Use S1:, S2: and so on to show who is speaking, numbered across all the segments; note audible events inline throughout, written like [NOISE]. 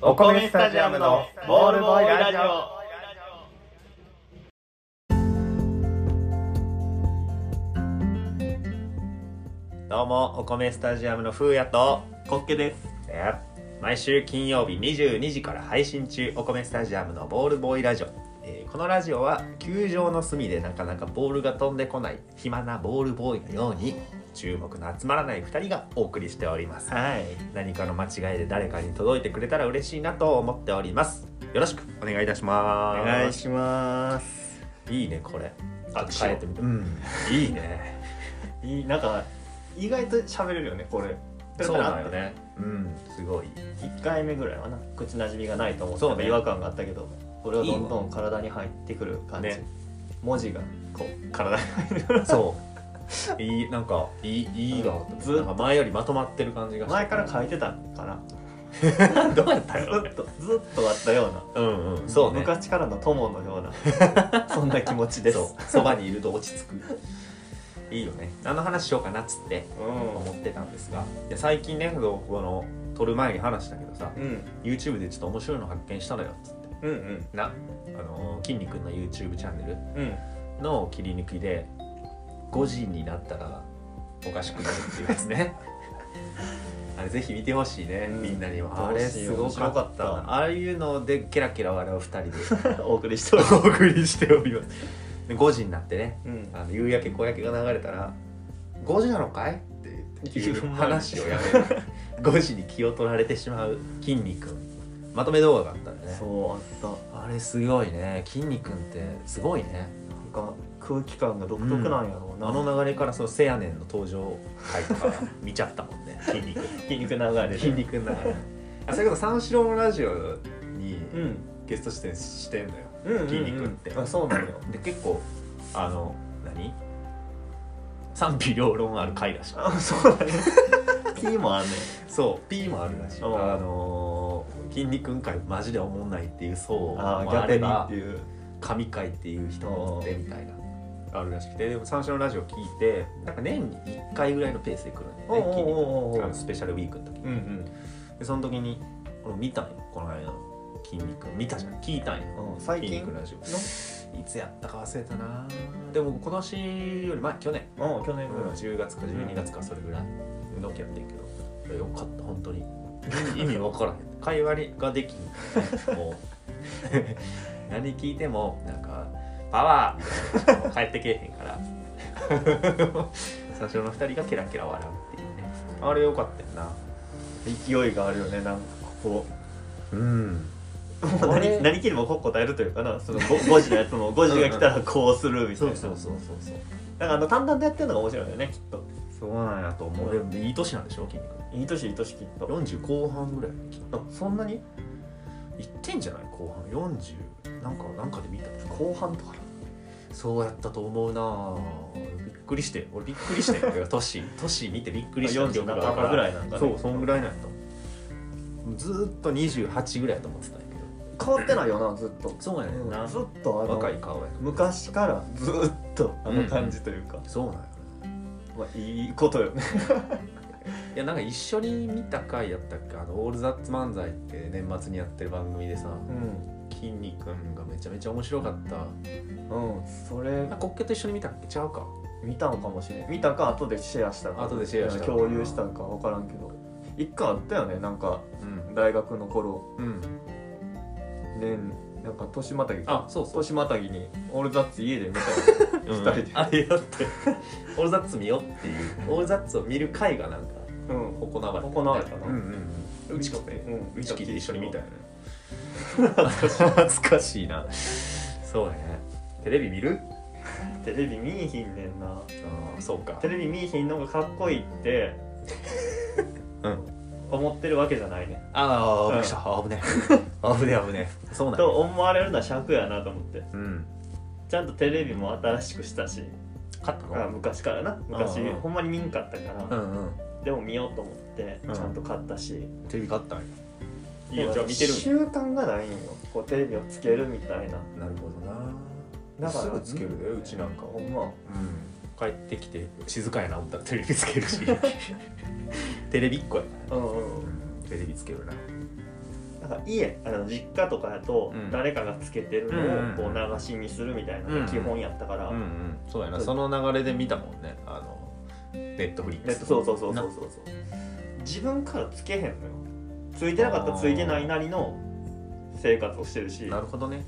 S1: お米スタジアムのボールボーイラジオどうもお米スタジアムのふうやと
S2: コッケです
S1: や毎週金曜日22時から配信中お米スタジアムのボールボーイラジオ、えーこのラジオは球場の隅でなかなかボールが飛んでこない暇なボールボーイのように注目の集まらない2人がお送りしております
S2: はい
S1: 何かの間違いで誰かに届いてくれたら嬉しいなと思っておりますよろしくお願いいたします
S2: お願いします
S1: いいねこれ
S2: あ
S1: 変えてみてうんいいね
S2: いいなんか意外と喋れるよねこれ
S1: [LAUGHS] そうだよねうんすごい
S2: 1回目ぐらいはな口なじみがないと思って
S1: そうね
S2: なんか違和感があったけどこれはどんどん体に入ってくる感じ、
S1: ね
S2: 文字がこう体に入ってくる
S1: そう [LAUGHS] いいなんかいいいいなと思って
S2: ずっ
S1: な
S2: と
S1: んか前よりまとまってる感じがして
S2: 前から書いてたか
S1: [LAUGHS]
S2: な
S1: どうやったよ
S2: ずっとずっとあったよ
S1: [LAUGHS]
S2: うな
S1: うんうんそうね
S2: 昔からの友のよう [LAUGHS] なそんな気持ちです
S1: そうそばにいると落ち着くいいよね何の話しようかなっつって思ってたんですがいや最近ねこの撮る前に話したけどさ
S2: うん
S1: YouTube でちょっと面白いの発見したのよっつって
S2: うんうん
S1: なあの筋肉の YouTube チャンネル
S2: うん
S1: の切り抜きで5時になったらおかしくなるっていうやつ [LAUGHS] ねあれぜひ見てほしいね、
S2: うん
S1: みんなに
S2: ど
S1: はあ
S2: う
S1: れ
S2: し
S1: す
S2: よう
S1: ごかった
S2: 面白かった
S1: ああいうのでケラケラ笑う2人で
S2: お送りしておりま
S1: [LAUGHS]
S2: す
S1: お送りしておりますで5時になってね
S2: うん
S1: あの夕焼け小焼けが流れたら「5時なのかい?」って言って急に
S2: 言う前に
S1: 話をやめる [LAUGHS] 5時に気を取られてしまう筋肉まとめ動画があったんでね
S2: そうあった
S1: あれすごいね筋肉ってすごいね
S2: なんか空気感が独特なんやろう
S1: あ
S2: な、
S1: の流れからそのせやねんの登場回とか見ちゃったもん [LAUGHS] ね筋肉
S2: 筋肉流れで
S1: 筋肉の [LAUGHS] 流れあそれこそ三四郎のラジオに
S2: うん
S1: ゲスト出演してんのよ
S2: うんうんうん
S1: 筋肉って
S2: あそうなのよ
S1: で結構あの何賛否両論ある回らしい
S2: あそう [LAUGHS] だねキーもあんね
S1: そう P もあるらしいあ
S2: うん
S1: のー筋肉会マジでおもんないっていう層も
S2: あ
S1: あ
S2: 逆
S1: れ
S2: にっ
S1: ば
S2: ていう
S1: 神会っていう人もいてみたいなあるらしくてでも三種のラジオ聞いてなんか年に1回ぐらいのペースで来るんだ
S2: おう
S1: よね筋肉
S2: おうおうおう
S1: あのスペシャルウィークの時
S2: うんうん
S1: でその時に俺見たんよこの間筋肉見たじゃん聞いたんよ
S2: うん最
S1: 筋
S2: 近
S1: 肉ラジ
S2: の
S1: オいつやったか忘れたなでも今年より前去年
S2: うん去年ぐらい
S1: 10月か12月かそれぐらいの時やってんけどいやよかった本当に [LAUGHS] 意味わからへん会話ができん [LAUGHS] もう何聞いてもなんか「パワー!」みたいなもう帰ってけえへん [LAUGHS] から最初の2人がケラケラ笑うっていうねあれよかったよな
S2: 勢いがあるよねなんかこ
S1: うん
S2: う [LAUGHS] もう
S1: あれ
S2: 何何切りもこう答えるというかなその [LAUGHS] 5, 時のやつも5時が来たらこうするみたい
S1: そ
S2: な
S1: うそうそうそうそう
S2: なんかあの淡々とやってるのが面白いよねきっと
S1: そうなんやと思うでもいい年なんでしょ筋肉
S2: いい年いい年きっと
S1: 40後半ぐらい
S2: あそんなに
S1: いってんじゃない後半40なんかなんかで見た
S2: 後半とか
S1: そうやったと思うなぁびっくりして俺びっくりして俺が都市都市見てびっくりした
S2: 40半ばぐらいなんかね
S1: そうそんぐらいなんやと思うずーっと28ぐらいやと思ってたんやけど
S2: 変わってないよなずっと
S1: そうやねんな
S2: ずっとあの
S1: 若い顔や
S2: 昔からずっとあの感じというか、
S1: そうなんや
S2: まあ、いいことよね
S1: いやなんか一緒に見た回やったっけあの「オールザッツ漫才」って年末にやってる番組でさ
S2: うん
S1: きんに君がめちゃめちゃ面白かった
S2: うんそれ
S1: なんか国家と一緒に見たっけちゃうか
S2: 見たのかもしれない見たか後でシェアしたか
S1: 後でシェアした
S2: 共有したか分からんけど一回あったよねなんか
S1: うん
S2: 大学の頃
S1: うん
S2: 年なんか年またぎ
S1: あそうそう
S2: 年またぎにオールザッツ家で見たよ
S1: うん
S2: 二人で
S1: あれやってオールザッツ見ようっていうオールザッツを見る会がなんか
S2: うん
S1: 行われて
S2: 行われたな
S1: うんうんうちこね
S2: うん
S1: うちきで一緒に見たよね [LAUGHS]
S2: 懐
S1: 懐かしいなそうやねテレビ見る
S2: テレビ見えひんねんな
S1: ああそうか
S2: テレビ見えひんのがかっこいいって
S1: うん
S2: 思ってるわけじゃないね
S1: ああ
S2: うん
S1: びっくりしたあ危ね [LAUGHS] え危ねえ危ねえそうなんや
S2: と思われるのは尺やなと思って
S1: うん
S2: ちゃんとテレビも新しくしたし
S1: 勝った
S2: あ
S1: の
S2: 昔からな昔
S1: うんうん
S2: ほんまに見んかったから、
S1: うんうん
S2: でも見ようと思って
S1: うん
S2: ちゃんと買ったし、
S1: テレビ勝ったんやいい
S2: で
S1: よ
S2: も
S1: じゃあ見てる
S2: 習慣がないんよこうテレビをつけるみたいな
S1: なるほどな
S2: だから
S1: すぐつけるでうちなんか
S2: ほんま
S1: 帰ってきて静かやな思ったらテレビつける [LAUGHS] しテレビっ子やから
S2: うんうん
S1: テレビつけるな
S2: なんか家あの実家とかやと
S1: うん
S2: 誰かがつけてる
S1: うん
S2: のをこう流し見するみたいなのが基本やったから、
S1: うんうんそうやなその流れで見たもんねあのネットフリック
S2: えっ
S1: ス
S2: とそうそうそう
S1: な
S2: そうそうそう自分からつけへんのよついてなかったらついてないなりの生活をしてるし
S1: なるほどね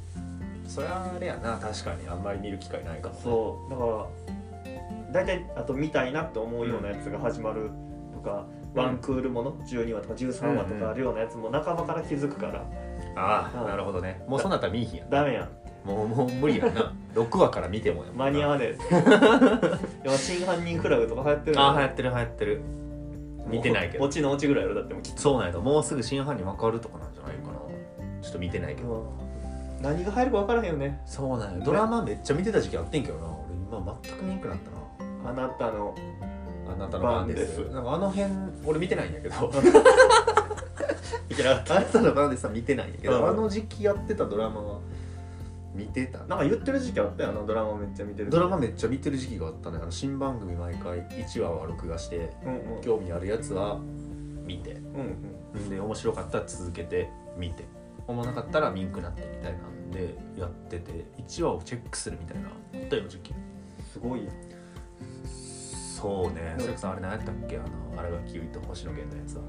S1: それはあれやな確かにあんまり見る機会ないかもね
S2: そうだから大体あと見たいなって思うようなやつが始まるとか、
S1: うん
S2: ワンクールもの12話とか13話とかあるようなやつも仲間から気づくから、
S1: ああ
S2: うん
S1: なるほどねもうそんなったら見いひんやん
S2: ダメやん
S1: もうもう無理や [LAUGHS] な6話から見てもやもん
S2: 間に合わ [LAUGHS] ねえでも真犯人クラブとか流行ってる
S1: ああ
S2: は
S1: 流
S2: い
S1: 行ってる流行ってる見てないけど
S2: 落ちの落ちぐらいやろだってもうきっ
S1: そうなんやともうすぐ真犯人わかるとかなんじゃないかなちょっと見てないけ
S2: と
S1: ど
S2: もう何が入るか分からへんよね
S1: そうなんよドラマめっちゃ見てた時期あってんけどな俺今全く見なくなったな
S2: あなたの
S1: あなたの番です
S2: 番です
S1: なんかあの辺俺見てないんやけ [LAUGHS] ど
S2: いけなかった
S1: あなたの番ですは見てないんやけど、
S2: うん
S1: あの時期やってたドラマは見てた
S2: なんか言ってる時期あったよなドラマめっちゃ見てる
S1: ドラマめっちゃ見てる時期があったねあの新番組毎回1話は録画して
S2: うんうん
S1: 興味あるやつは見て
S2: うんうん
S1: で面白かったら続けて見て思わなかったらミンクなってみたいなんでやってて1話をチェックするみたいなあったよ時期
S2: すごいよ
S1: そうねそれこそあれ何やったっけあの荒垣結衣と星野源のやつは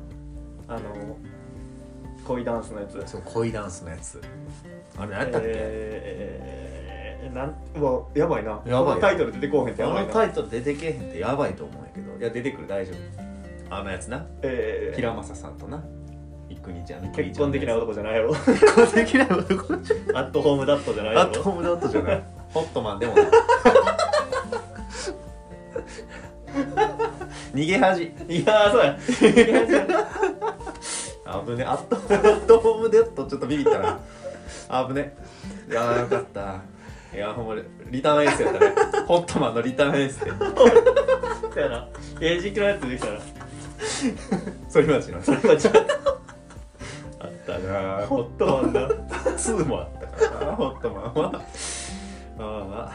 S2: あの恋ダンスのやつ
S1: そう恋ダンスのやつあれ何やったっけ、
S2: えー、なんうわやばいな
S1: やばい
S2: このタイトル出てこうへんってや
S1: あ
S2: ば
S1: の
S2: いな
S1: タイトル出てけへんってやばいと思うんやけどいや出てくる大丈夫あのやつな
S2: えー
S1: 平正さんとな育兄ちゃんの
S2: 結婚できない男じゃないやろ
S1: 結婚できない男
S2: [LAUGHS] アットホームダットじゃないや
S1: ア
S2: ろ
S1: ットホームダットじゃない [LAUGHS] ホットマンでもない [LAUGHS] 逃げ恥
S2: いやーそうや
S1: 危ねアットアットホームダットちょっとビビったな危ねいやーよかったいやーほんまにリターンエースやったねホットマンのリターンエースで
S2: そうやなエイジキのやつできたら
S1: 反町の
S2: それはちょっ
S1: あったな
S2: [LAUGHS] とホットマンだ
S1: 2もあったからなホットマンはああ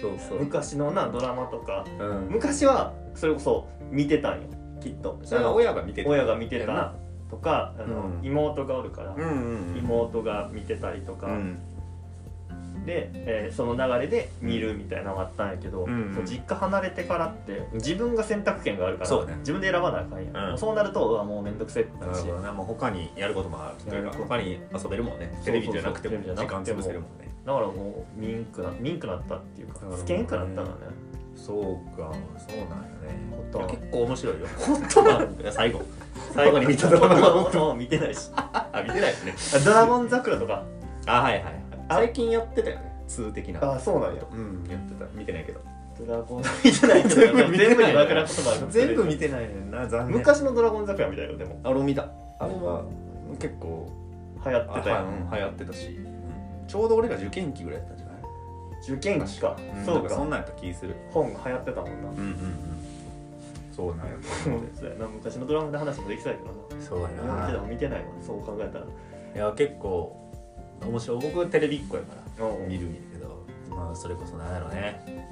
S1: そうそう、
S2: 昔のなドラマとか
S1: うん、
S2: 昔はそれこそ見てたんよきっと
S1: それは親が見てた
S2: 親が見てたなとかあの、
S1: うん
S2: 妹がおるから、
S1: うんうんうん
S2: 妹が見てたりとか、
S1: うん
S2: で、えーその流れで見るみたいなのがあったんやけど、
S1: うんうん
S2: そう実家離れてからって自分が選択権があるから
S1: そうね
S2: 自分で選ばなあかんやん、
S1: うん
S2: もうそうなるとうわもう面倒くせえって
S1: な
S2: なる
S1: る
S2: し
S1: ほどな、もう他にやることもあるというか
S2: やる
S1: 他に遊べるもんね
S2: そう
S1: テレビじゃなくても時
S2: そうそうテレビじゃな
S1: 間
S2: くても
S1: 潰せるもんね
S2: だからもうミンクなミンクなったっていうか
S1: なるほどね
S2: つけんくなったのね
S1: そうかそうなんよね
S2: ホッ
S1: い
S2: ト
S1: や
S2: マン
S1: 結構面白いよ
S2: ホットマン
S1: いや最後最後に見たとこ
S2: ホットマン
S1: ろ
S2: ホットマン見てないし
S1: [LAUGHS] あ見てないですね
S2: あドラゴン桜とか
S1: あはいはいはい最近やってたよね通的な
S2: あそうなんや
S1: うんやってた見てないけど
S2: ドラゴン見てないけど
S1: 全部見てない
S2: 全部に枕言葉が
S1: 全部見てないねんな残念
S2: 昔のドラゴン桜みたいよでも
S1: あ俺見たあれは結構
S2: 流行ってたよ、
S1: うん流行ってたし、ちょうど俺ら受験期ぐらいやったんじゃない
S2: 受験期か、
S1: ん
S2: そう
S1: なん
S2: か
S1: そんなんやった気する
S2: 本が流行ってたもんな
S1: うんうんうんそうなんや
S2: そうやな昔のドラマの話もできたけどな
S1: [LAUGHS] そうや
S2: 今まで
S1: な
S2: も見てないわそう考えたら
S1: いや結構面白い僕はテレビっ子やから見
S2: 見る
S1: るんやけどまあそれこそなんやろね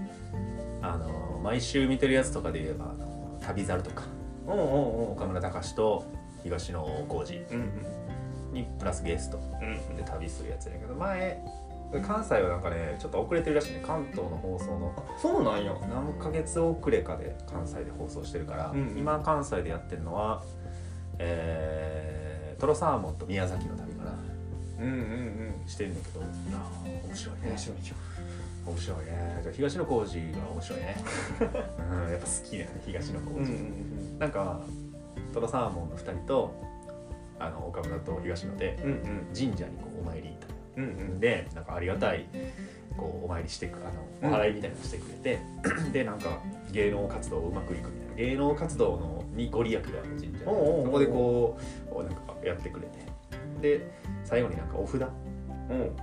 S1: あの毎週見てるやつとかで言えばあの旅猿とか
S2: うんうんうん
S1: 岡村隆史と東野浩二
S2: うん
S1: にプラスゲスト
S2: うん
S1: で旅するやつやけど前関西はなんかねちょっと遅れてるらしいね関東の放送の
S2: そうなんや
S1: 何ヶ月遅れかで関西で放送してるから、
S2: うん
S1: 今関西でやってるのは、えー、トロサーモンと宮崎の旅かな
S2: うんうんうん
S1: してるんだけどあー面白いね
S2: 面白いじ
S1: 面白いね東野浩二が面白い [LAUGHS] ね、うん、やっぱ好きだね東野浩
S2: ゃん
S1: 二、なんかトロサーモンの2人とあの岡村と東野で
S2: うんうん
S1: 神社にこうお参り行った
S2: うんうん
S1: でなんかありがたいこうお参りしてくあのお祓いみたいなのしてくれて、でなんか芸能活動をうまくいくみたいな芸能活動のにご利益がある神社
S2: おうおうおう
S1: そこでこうなんかやってくれてで最後になんかお札
S2: うん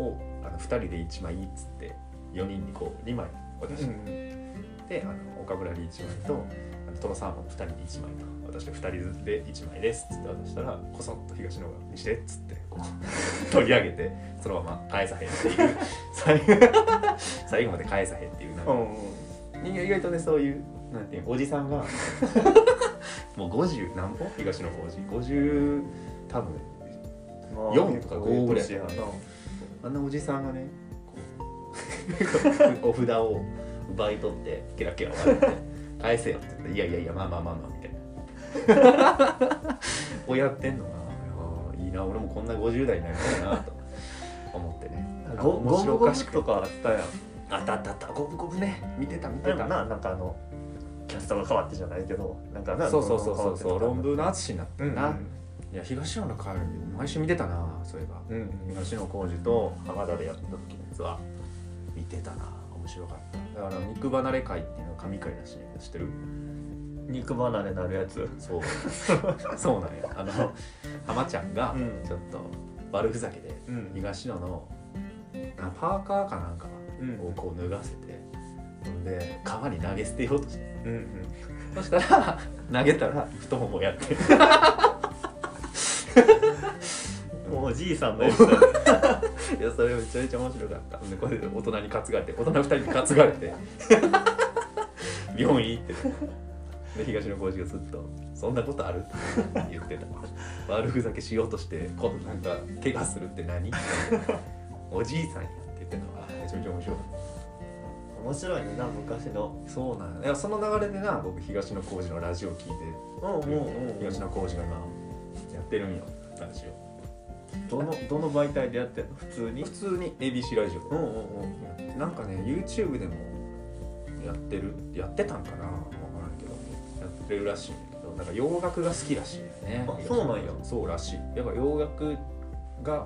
S1: をあの2人で1枚っつって4人にこう2枚渡して、であの岡村に1枚とあのトロサーモンの2人に1枚と私で2人ずつで1枚ですっつって渡したらこそっと東野が「にして」っつってこ
S2: [LAUGHS]
S1: う取り上げてそのまま返さへんっていう最後最後まで返さへんっていうなん
S2: う
S1: か
S2: ん
S1: 人間意外とねそういうなんていうおじさ
S2: [LAUGHS]
S1: んがもう50何本東野浩二50多分4とか5ぐらい
S2: 結構ええ年やな
S1: あんなおじさんがねこうお札を奪い取ってケラケラ笑って「返せよ」って言って「いやいやいやまあまあまあまあ」みたいな [LAUGHS] こうやってんのないやいいな俺もこんな50代になりたいなと思ってね
S2: ゴゴブ
S1: お
S2: ゴ
S1: か
S2: ブ
S1: しく
S2: とかあったやん
S1: あったあったあった五分五分ね見てた見て
S2: な
S1: た
S2: んかななんかあのキャストが変わってじゃないけどなんかな
S1: そうそうそうそうそう論文の淳になって
S2: うんん
S1: な、いや東野の帰り毎週見てたなそういえば
S2: うんうん
S1: 東野浩二と浜田でやった時のやつは見てたな面白かっただから肉離れ会っていうのは神会らしいんだけど知ってる
S2: 肉離れなるやつ
S1: そうそうなんやあの浜ちゃんが
S2: うん
S1: ちょっと悪ふざけで
S2: うん
S1: 東野のあパーカーかなんか
S2: うん
S1: をこう脱がせてほんで川に投げ捨てようとして
S2: うんうん
S1: そしたら投げたら太ももやって
S2: もうおじいさんのやつだよ
S1: いやそれめちゃめちゃ面白かったでこれで大人に担がれて大人2人に担がれて [LAUGHS] 病院行ってで東野浩二がずっと「そんなことある?」って言ってた悪ふざけしようとしてこなんか怪我するって何おじいさんやって言ってたのがめちゃめちゃ面白かっ
S2: 面白いねな昔の
S1: たそうなんいやその流れでな僕東野浩二のラジオ聞いて
S2: うんうんうんうん
S1: 東野浩二が今やってるんよラジオ
S2: どのどの媒体でやってんの普通に
S1: 普通に ABC ラジオで
S2: うんうんうん
S1: なんかね YouTube でもやってるやってたんかなわからんけどやってるらしいんだけどなんか洋楽が好きらしいんだよね
S2: あそうなんや
S1: そうらしいやっぱ洋楽が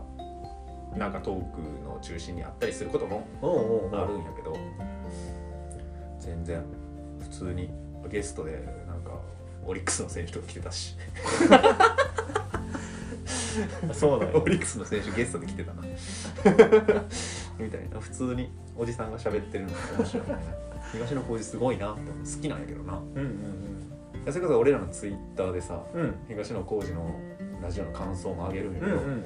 S1: なんかトークの中心にあったりすることも
S2: おうおう
S1: あるんやけど全然普通にゲストでなんかオリックスの選手とか来てたし
S2: そうだ
S1: [LAUGHS] オ
S2: よ
S1: リックスの選手ゲストで来てたな [LAUGHS] みたいな普通におじさんが喋ってるのが面白いね東野浩二すごいなって思う好きなんやけどな
S2: うん
S1: いやそれこそ俺らのツイッターでさ
S2: うんうんうん
S1: 東野浩二のラジオの感想もあげるんや
S2: う
S1: けど、
S2: んうん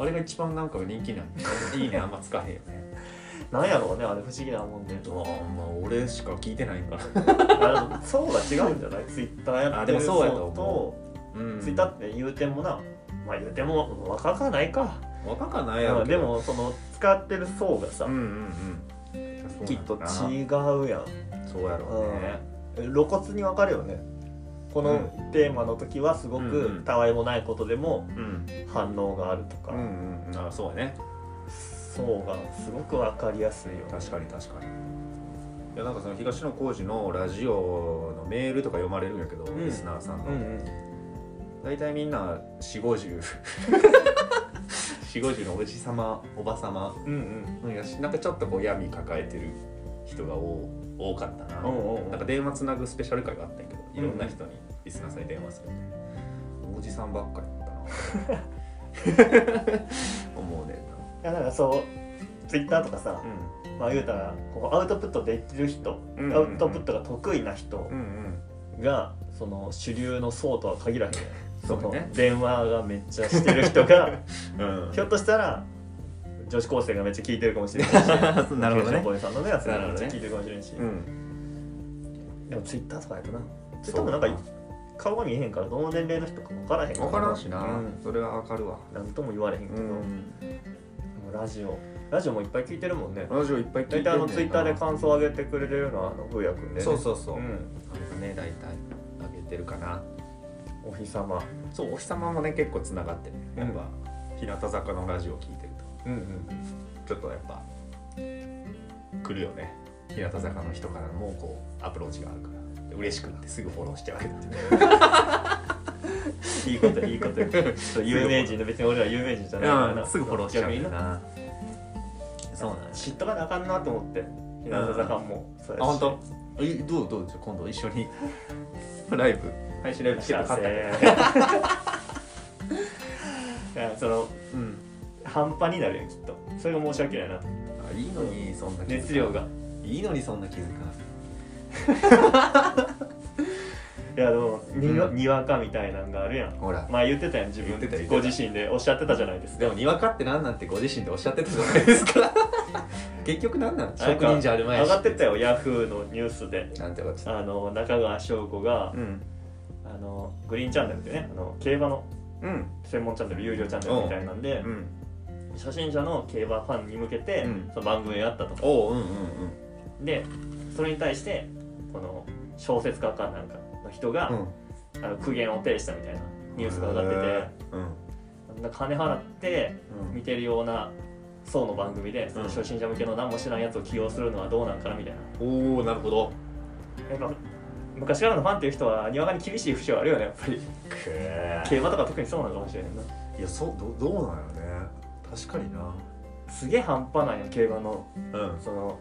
S1: あれが一番なんか人気なんや [LAUGHS] いいねあんまつかへんよね
S2: なんやろうねあれ不思議なもんで
S1: あーまあ俺しか聞いてないから
S2: あの層が違うんじゃないツイッターや
S1: あで
S2: って
S1: も
S2: る
S1: そうやと
S2: 層
S1: 思
S2: と
S1: うん
S2: ツイッターって言うてもなまあ言うても若かないか
S1: 若かないや
S2: う
S1: ろ
S2: ん
S1: け
S2: で
S1: ど
S2: もその使ってる層がさ
S1: うんうんうん
S2: きっと
S1: そうなん
S2: 違うやん
S1: だなそうやろうね
S2: 露骨に分かるよねこ
S1: う
S2: の
S1: ん
S2: テーマの時はすご
S1: うんう
S2: く
S1: ん
S2: たわいもないことでも
S1: うん
S2: 反応があるとか
S1: うんうんあそうやね
S2: 層がすごく分かりやすいよね
S1: 確かに確かにいやなんかその東野浩二のラジオのメールとか読まれるんやけど、
S2: ん
S1: リスナーさんの、
S2: うん
S1: 大体みんな4 [LAUGHS] 5 0 4 5 0のおじさまおばさま
S2: うんうん
S1: うんやしなんかちょっとこう闇抱えてる人が多多かったな、
S2: うんうんうん
S1: なんか電話つなぐスペシャル会があったんやけどいろんな人にリスナーさんに電話するみたいなおじさんばっかりだったな [LAUGHS] 思うねんない
S2: やなんかそうツイッターとかさ、まあ言うたらこうアウトプットできる人、
S1: うんうんうん
S2: アウトプットが得意な人
S1: うんうん
S2: がその主流の層とは限らへん
S1: [LAUGHS] そうだね
S2: の電話がめっちゃしてる人
S1: [LAUGHS]
S2: が
S1: うん
S2: ひょっとしたら女子高生がめっちゃ聞いてるかもしれないし
S1: [LAUGHS] なるほどね
S2: 東野浩平さんのねやつ
S1: な
S2: がめっちゃ
S1: るほどね
S2: 聞いてるかもしれないし、
S1: うん
S2: でもツイッターとかやとなツ
S1: そ
S2: イッター
S1: う
S2: もなんか顔が見えへんからどの年齢の人か分からへん
S1: 分からんしな、
S2: うん
S1: それは分かるわ
S2: なんとも言われへんけど、もうラジオラジオもいっぱい聞いてるもんね
S1: ラジオいっぱい聞いてんねん
S2: 大体あ
S1: な
S2: のツイッターで感想を上げてくれてるのはあの風也くんで、ね、
S1: そうそうそう、
S2: ん、
S1: あれがね大体あげてるかな
S2: お日様
S1: そうお日様もね結構つながってねやっぱ、日向坂のラジオ聞いてる
S2: うんうん
S1: とちょっとやっぱ来るよね日向坂の人からもこうアプローチがあるから嬉しくってすぐフォローしちゃうけど
S2: いいこといいこと言う
S1: [LAUGHS]
S2: そう有名人で別に俺ら有名人じゃないからな
S1: すぐフォローしちゃう
S2: 逆
S1: け
S2: に
S1: ど
S2: な
S1: なそうなんです
S2: 嫉妬がなあかんなと思って日向坂もそう
S1: あ
S2: やし
S1: 本当えどうどうじゃあ今度一緒に [LAUGHS] ライブ配信ライブ来てもら
S2: 幸
S1: った
S2: せ
S1: ら [LAUGHS]
S2: いやその
S1: うん
S2: 半端になるよきっとそれが申し訳ないな
S1: あいいのにそんな気づか
S2: 熱量が
S1: いいのにそんな気づかない
S2: いやでもにわ,、
S1: うん
S2: にわかみたいなんがあるやん
S1: ほら
S2: まあ言ってたやん自
S1: 言
S2: 分
S1: ってた言って
S2: ご
S1: た
S2: 自身でおっしゃってたじゃないですか
S1: でもにわかってなんなんてご自身でおっしゃってたじゃないですか [LAUGHS] 結局なんなん職人じゃあるまい
S2: 上
S1: し
S2: がってたよヤフーのニュースで
S1: なんてこと
S2: あの中川翔子が
S1: うん
S2: あのグリーンチャンネルでねあの競馬の
S1: うん
S2: 専門チャンネル有料チャンネルみたいなんで、
S1: うん
S2: 初心者の競馬ファンに向けて、
S1: うん
S2: その番組をやったと
S1: おううんうん
S2: でそれに対してこの小説家かなんかの人が、
S1: うん
S2: あの苦言を呈したみたいなニュースが上がってて、
S1: てうん
S2: あんな金払って見てるような層の番組でその初心者向けの何も知らんやつを起用するのはどうなんかなみたいな
S1: うんおおなるほど
S2: やっぱ昔からのファンっていう人はにわかに厳しい節はあるよねやっ [LAUGHS] ぱり
S1: くー
S2: 競馬とか特にそうなのかもしれないない
S1: やそうどどうなんよね確かにな
S2: すげえ半端ないよ競馬の
S1: うん
S2: その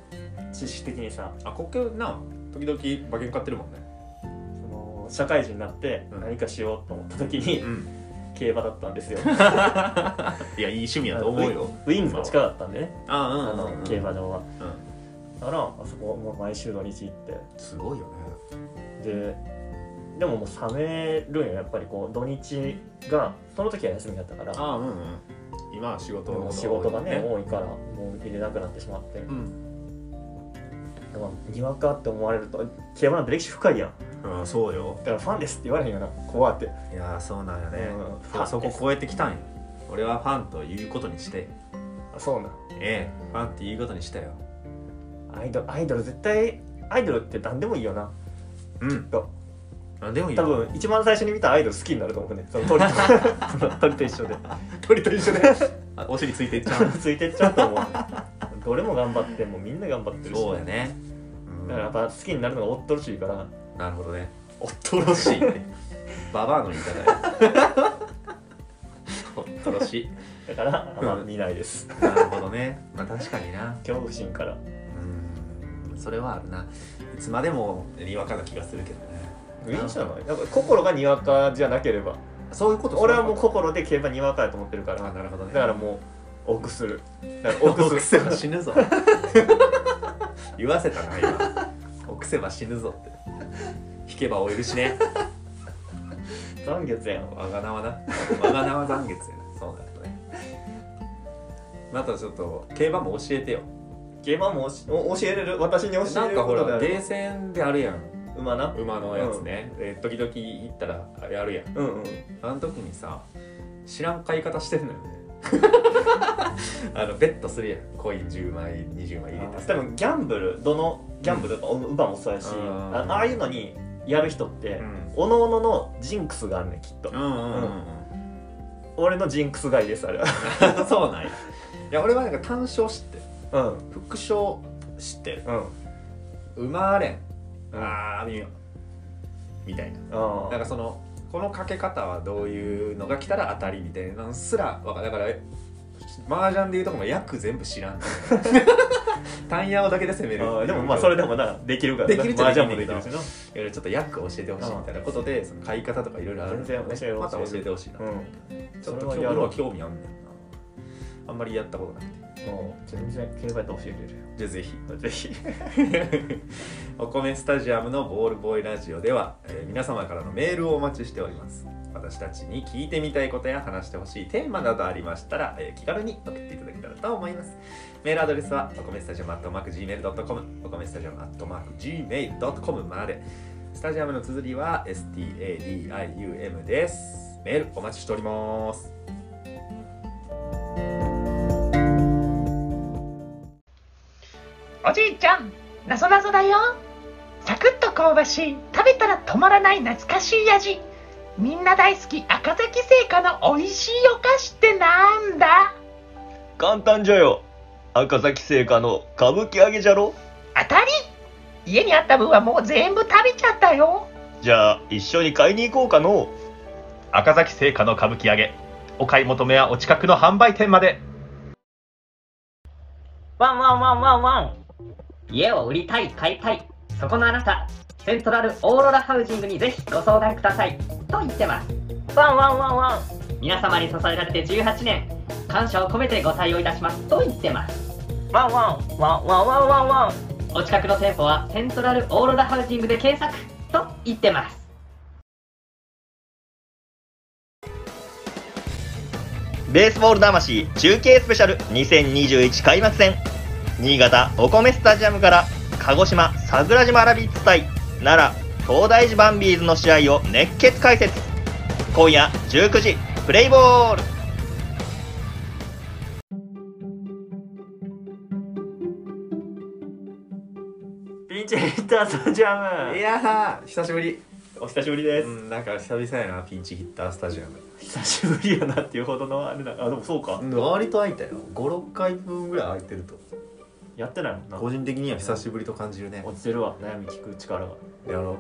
S2: 知識的にさ
S1: あ国境な時々馬券買ってるもんね
S2: その社会人になって
S1: うん
S2: 何かしようと思った時に
S1: ん
S2: 競馬だったんですよ
S1: いやいい趣味やと思うよ
S2: ウィンズの近かったんでね
S1: あ
S2: あ
S1: うん
S2: の
S1: うんうん
S2: 競馬場は
S1: うん
S2: だからあそこもう毎週土日行って
S1: すごいよね
S2: ででももう冷めるんよやっぱりこう土日がその時は休みだったから
S1: あうんうん今は仕事の
S2: も
S1: こ
S2: う
S1: と
S2: 仕
S1: が多い
S2: 事が
S1: よ
S2: ね多いからもう入れなくなってしまって、
S1: うん
S2: でもにわかって思われると競馬なんて歴史深いやん
S1: うんそうよ
S2: だからファンですって言われへんよな怖って
S1: いやーそうなんよね
S2: うん
S1: そうそこ超えてきたんよ俺はファンということにして
S2: あそうなん
S1: ええファンっていうことにしたよ
S2: アイドルアイドル絶対アイドルって何でもいいよな
S1: うん
S2: と
S1: 何でもいい
S2: 多
S1: よ
S2: 分一番最初に見たアイドル好きになると思うねその
S1: [LAUGHS]
S2: 鳥とその鳥と一緒で
S1: 鳥と一緒で [LAUGHS] あお尻ついていっちゃう
S2: ついてっちゃうと思うどれも頑張ってもうみんな頑張ってる
S1: [LAUGHS]
S2: し
S1: そうやね、うん
S2: だからやっぱ好きになるのがおっとろしいから
S1: なるほどねおっとろしいってババアの言い方やおっとろしい
S2: だからあんま
S1: うん
S2: 見ないです
S1: なるほどねまあ確かにな
S2: 恐怖心から
S1: うんそれはあるないつまでもにわかな気がするけどね
S2: いいんじゃないやっぱ心がにわかじゃなければ
S1: そういうこと
S2: 俺はもう心で競馬にわかやと思ってるから
S1: あ
S2: だ
S1: なるほどね
S2: からもう臆するだから
S1: 臆
S2: 臆す
S1: せ
S2: る
S1: ば死ぬぞ言わせたな今臆せば死ぬぞって引けば終えるしね
S2: [LAUGHS] 残月やん
S1: わが名はなわが名は残月やなそうなるとねまたちょっと競馬も教えてよ
S2: 競馬も教えお教えれる私に教
S1: な
S2: えれ
S1: ん
S2: る
S1: か
S2: こ
S1: ほ
S2: とであ
S1: ら
S2: る
S1: 冷戦であるやん
S2: 馬な
S1: 馬のやつね、え時々行ったらあれあるやん
S2: うんうん
S1: あの時にさ知らん買い方してんのよねあのベッドするやんコイン10枚20枚入れて
S2: 多分ギャンブルどのギャンブルとか馬もそうやし
S1: うん
S2: あああいうのにやる人って
S1: うん
S2: おのおののジンクスがあるねんきっと
S1: うんうんうんうん、
S2: 俺のジンクスがいいですあれは
S1: そうなんやいや俺はなんか単勝知ってる
S2: うん
S1: 副勝知ってる
S2: うん
S1: 馬あれん
S2: うん
S1: あー見ようみたいな
S2: あ
S1: なんかそのこのかけ方はどういうのが来たら当たりみたいなのすらわかだから麻雀でいうとこの役全部知
S2: [LAUGHS]
S1: らん単ヤオだけで攻める
S2: あでもまあそれでもなできるからな
S1: できるっちゃでき
S2: 麻
S1: る
S2: 雀も
S1: んだ
S2: で
S1: け
S2: き
S1: ど
S2: るしない
S1: やちょっと役教えてほしいみたいなことでその買い方とかいろいろあるんだけど
S2: 全然教えろ
S1: また教えてほしいな、
S2: う
S1: ちょっ
S2: そ
S1: と
S2: れは
S1: 今
S2: や
S1: 日
S2: ろう
S1: は興味あんねんなあんまりやったことなくて
S2: んもう全然競馬やったら教えて
S1: じゃあぜひ
S2: くれるぜひ
S1: [LAUGHS] お米スタジアムのボールボーイラジオでは、えー皆様からのメールをお待ちしております私たちに聞いてみたいことや話してほしいテーマなどありましたら、えー気軽に送っていただけたらと思いますメールアドレスはお米スタジアムアットマーク Gmail.com お米スタジアムアットマーク Gmail.com までスタジアムの綴りは STADIUM ですメールお待ちしております
S3: おじいちゃん、なぞなぞだよ。サクッと香ばしい、食べたら止まらない懐かしい味。みんな大好き赤崎製菓の美味しいお菓子ってなんだ
S4: 簡単じゃよ赤崎製菓の歌舞伎揚げじゃろ
S3: 当たり家にあった分はもう全部食べちゃったよ。
S4: じゃあ一緒に買いに行こうかの
S5: 赤崎製菓の歌舞伎揚げお買い求めはお近くの販売店まで
S6: ワンワンワンワンワン家を売りたい買いたいそこのあなたセントラルオーロラハウジングにぜひご相談くださいと言ってますワンワンワンワン皆様に支えられて18年感謝を込めてご対応いたしますと言ってますワンワンワンワンワンワンワンお近くの店舗はセントラルオーロラハウジングで検索と言ってます
S4: ベースボール魂中継スペシャル2021開幕戦新潟お米スタジアムから鹿児島桜島ラビッツ対奈良東大寺バンビーズの試合を熱血解説今夜19時プレイボール
S2: ピンチヒッタースタジアム
S1: いやー久しぶり
S2: お久しぶりです、
S1: うんなんか久々やなピンチヒッタースタジアム
S2: 久しぶりやなっていうほどのあれなあでもそうか、
S1: 割と空いたよ56回分ぐらい空いてると
S2: やってないもんな
S1: 個人的には久しぶりと感じるね
S2: 落ちてるわ悩み聞く力が
S1: やろ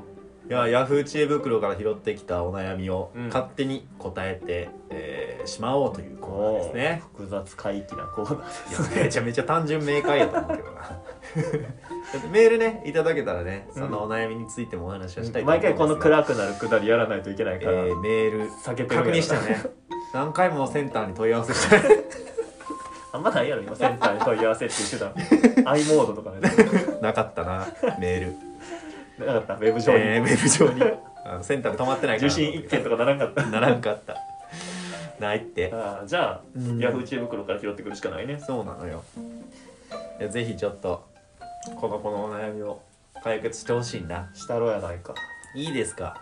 S1: ういやヤフー知恵袋から拾ってきたお悩みを
S2: うん
S1: 勝手に答えて、えーしまおうというコーナーですね
S2: おー複雑怪奇なコーナー
S1: い
S2: です
S1: やめちゃめちゃ単純明快やと思うけど
S2: [LAUGHS]
S1: なだってメールねいただけたらねそのお悩みについてもお話はしたいと思い
S2: [LAUGHS] 毎
S1: ます
S2: 回この
S1: い、
S2: 暗くなるくだりやらないといけない
S1: え
S2: から、
S1: ーメール
S2: 避けてる
S1: 確認したね何回もセンターに問い合わせした
S2: あんまないやろ今センターに問い合わせっていう [LAUGHS] 手段 i モードとかね
S1: なかったなメール
S2: なかったウェブ上に、
S1: えーウェブ上にあのセンターで止まってないから
S2: 受信1件とかならんかった
S1: [LAUGHS] ならんかったないって
S2: あーじゃあ、
S1: うん
S2: ヤフー知恵袋から拾ってくるしかないね
S1: そうなのよいやぜひちょっとこの子のお悩みを解決してほしいな
S2: したろやないか
S1: いいですか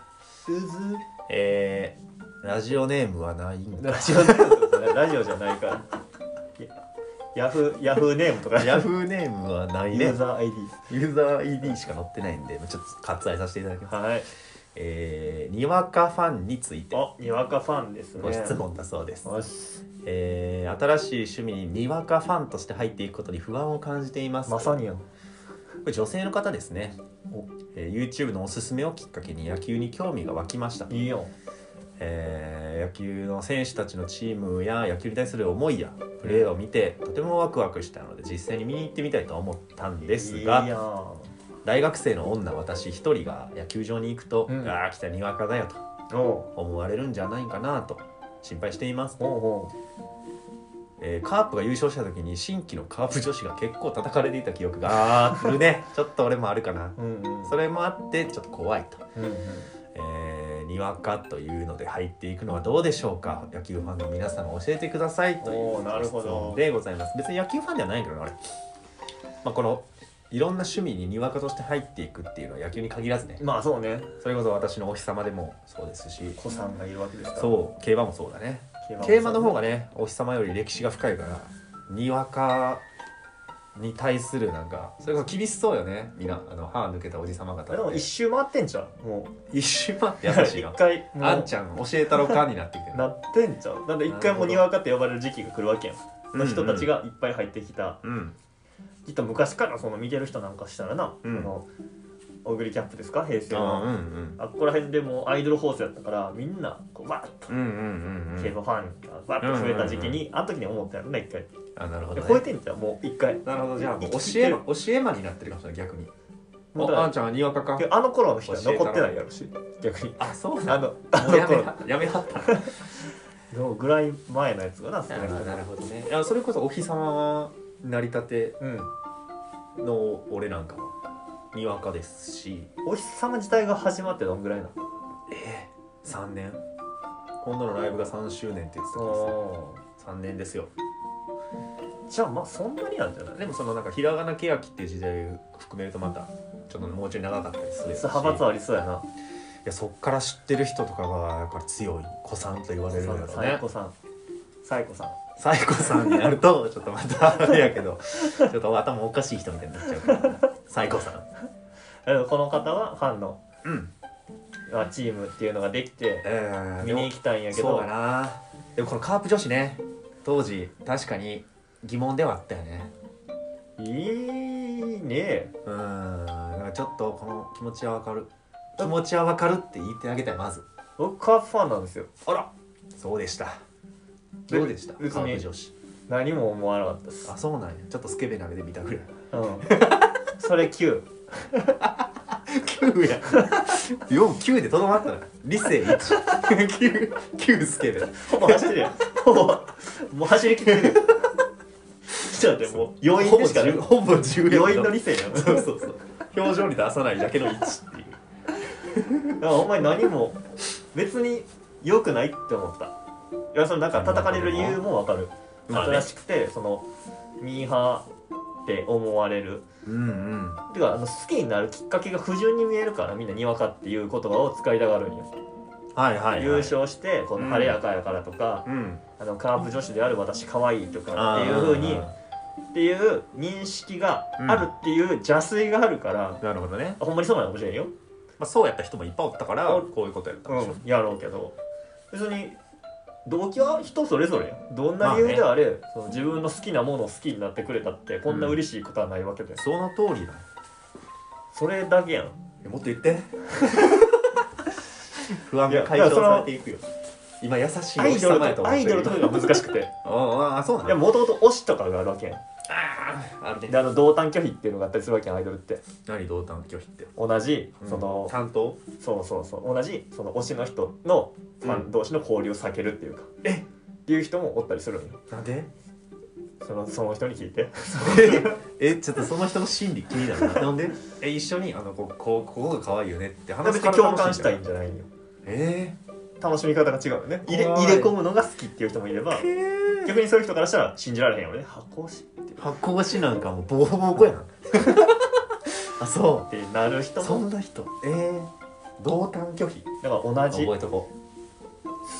S1: えー、ラジオネームはないんだ
S2: ラジオネームラジオじゃないからやヤフーヤフーネームとか
S1: [LAUGHS] ヤフーネームはない
S2: ユ
S1: ね
S2: ーザー ID
S1: ユーザー ID しか載ってないんでちょっと割愛させていただきます
S2: はい
S1: えー、にわかファンについて
S2: あにわかファンですね
S1: ご質問だそうです、
S2: よし
S1: えー新しい趣味ににわかファンとして入っていくことに不安を感じています
S2: まさにやん
S1: これ女性の方ですね
S2: お、
S1: えー YouTube のおすすめをきっかけに野球に興味が湧きました、
S2: いいよ
S1: えー野球の選手たちのチームや野球に対する思いやプレーを見てとてもワクワクしたので実際に見に行ってみたいと思ったんです
S2: いい
S1: が
S2: やん
S1: 大学生の女私一人が野球場に行くと「
S2: うん
S1: ああ来たにわかだよ」と
S2: お
S1: 思われるんじゃないかなと心配しています
S2: うおう、お
S1: えーカープが優勝した時に新規のカープ女子が結構叩かれていた記憶があーあるねちょっと俺もあるかな
S2: ううんうん
S1: それもあってちょっと怖いと
S2: うんうん
S1: えーにわかというので入っていくのはどうでしょうか野球ファンの皆さん教えてくださいという
S2: おーなるほど
S1: 質問でございます別に野球ファンではないけどな俺、まあ、このいろんな趣味ににわかとして入っていくっていうのは野球に限らずね
S2: まあそうね
S1: それこそ私のお日様でもそうですし
S2: 子さんがいるわけですから
S1: そう競馬もそうだね
S2: 競馬もそう
S1: 競馬の方がねお日様より歴史が深いからにわかに対するなんかそれこそ厳しそうよねみんなあの歯抜けたおじ様方
S2: でも一周回ってんじゃんもう
S1: 一瞬待って優しいな
S2: 一回もう
S1: あんちゃん教えたろかになってきてる
S2: なってんじゃんだって一回もうにわかって呼ばれる時期が来るわけやんその人たちがいっぱい入ってきた、
S1: うん
S2: きっと昔からその見てる人なんかしたらな、
S1: うん
S2: あの小栗キャップですか平成
S1: あ
S2: の、
S1: うんうん
S2: あっこら辺でもうアイドル放送やったからみんなこうバーッと
S1: うんうんうんう
S2: 競
S1: ん
S2: 馬ファンがバーッと増えた時期に、あの時に思ったやろね一回、
S1: あなるほど、
S2: で
S1: ね、
S2: 超えてんじゃんもう一回
S1: なるほどじゃあもう教
S2: 生きて
S1: え
S2: る
S1: 教え間になってるかもしれない逆に
S2: もうだ
S1: あ
S2: か
S1: あんちゃんはにわかから
S2: あの頃の人は残ってないやろし逆に
S1: あそう
S2: あ
S1: な
S2: のあ
S1: のもう
S2: の
S1: やめ
S2: 頃
S1: はやめはった [LAUGHS]
S2: のぐらい前のやつがな少なくとも
S1: なるほどねいやそれこそお日様成り立て
S2: うん
S1: の俺なんかはにわかですし
S2: お日様自体が始まってどんぐらいなの
S1: 3年今度のライブが3周年って言ってたんですよ3年ですよ
S2: じゃあまあそんなになんじゃない
S1: でもそのなんかひらがなけやきっていう時代を含めるとまたちょっともうちょい長かったりするし
S2: 派閥ありそうやない
S1: やそっから知ってる人とかがやっぱり強い子さんと言われるんだろう
S2: サイ
S1: ね
S2: コさんサイコさん
S1: サイコさんになると [LAUGHS] ちょっとまたあれやけどちょっと頭おかしい人みたいになっちゃうからサイコさん
S2: えーこの方はファンの
S1: うん
S2: あチームっていうのができて
S1: えー
S2: 見に行きたいんやけ
S1: そう
S2: ど
S1: だなでもこのカープ女子ね当時確かに疑問ではあったよね
S2: いいね
S1: うーんなんかちょっとこの気持ちはわかる気持ちはわかるって言ってあげたいまず
S2: 僕カープファンなんですよ
S1: あらそうでした
S2: で
S1: どうでしたカ
S2: 別に
S1: ープ女子
S2: 何も思わなかったです
S1: あそうなんやちょっとスケベな目で見たぐらい
S2: うんそれ9
S1: 9や49でと [LAUGHS] どまったな理性19 [LAUGHS] スケベ
S2: ほぼ走ってるよほぼもう走りきってるよちょっと待ってもう要因
S1: ほ
S2: で
S1: ぼ
S2: しかない
S1: 10ほぼ10
S2: 要因の理性やろ
S1: そうそうそう表情に出さないだけの1っていう
S2: だからお前何も別に良くないって思ったいやそのなんか叩かれる理由もわかる
S1: まあね
S2: 新しくてそのミーハーって思われる
S1: うんうん
S2: てかあの好きになるきっかけが不純に見えるからみんなにわかっていう言葉を使いたがるんよ
S1: はいはい、はい、
S2: 優勝してこの晴れやかやからとか、
S1: うん
S2: あのカープ女子である私可愛いとか
S1: あー
S2: っていう風にっていう認識があるっていう邪推があるから、
S1: なるほどね、
S2: ほんまにそうなのかもしれんよ、
S1: まあ、そうやった人もいっぱいおったから
S2: お
S1: こういうことやったんでしょう、
S2: やろうけど別に動機は人それぞれやんどんな理由であれ、その自分の好きなものを好きになってくれたってこんな嬉しいことはないわけで、
S1: その通りだ
S2: それだけやん
S1: えもっと言って [LAUGHS] 不安が解
S2: いやいや
S1: 消
S2: それは
S1: されていくよ今優しい
S2: アイドル
S1: や
S2: とアイドルとかが難しくて
S1: ああそうなん
S2: いや
S1: だ
S2: もともと推しとかがあるわけやん
S1: あるね
S2: であの同担拒否っていうのがあったりするわけやんアイドルって
S1: 何同担拒否って
S2: 同じその、
S1: 担当
S2: そうそうそう同じその推しの人のファン同士の交流を避けるっていうか、えっていう人もおったりするのよ
S1: なんで
S2: そのその人に聞いて
S1: えちょっとその人の心理気になるななんでえ一緒にあのこうこうここが可愛いよねって話
S2: 別
S1: す
S2: に
S1: から
S2: 共
S1: 楽しい
S2: 感
S1: んだよ
S2: したいんじゃないんよ
S1: え
S2: 楽しみ方が違うよね入れ
S1: 怖い
S2: 入れ込むのが好きっていう人もいれ
S1: [LAUGHS]
S2: ば
S1: ー、えー、
S2: 逆にそういう人からしたら信じられへんよね箱推しって
S1: 発行しなんかもうボコボコ
S2: [LAUGHS]
S1: やんあそ
S2: ってなる人
S1: うそ
S2: も
S1: んな人えー、同担拒否
S2: だから同じ
S1: 覚
S2: 好
S1: えとこ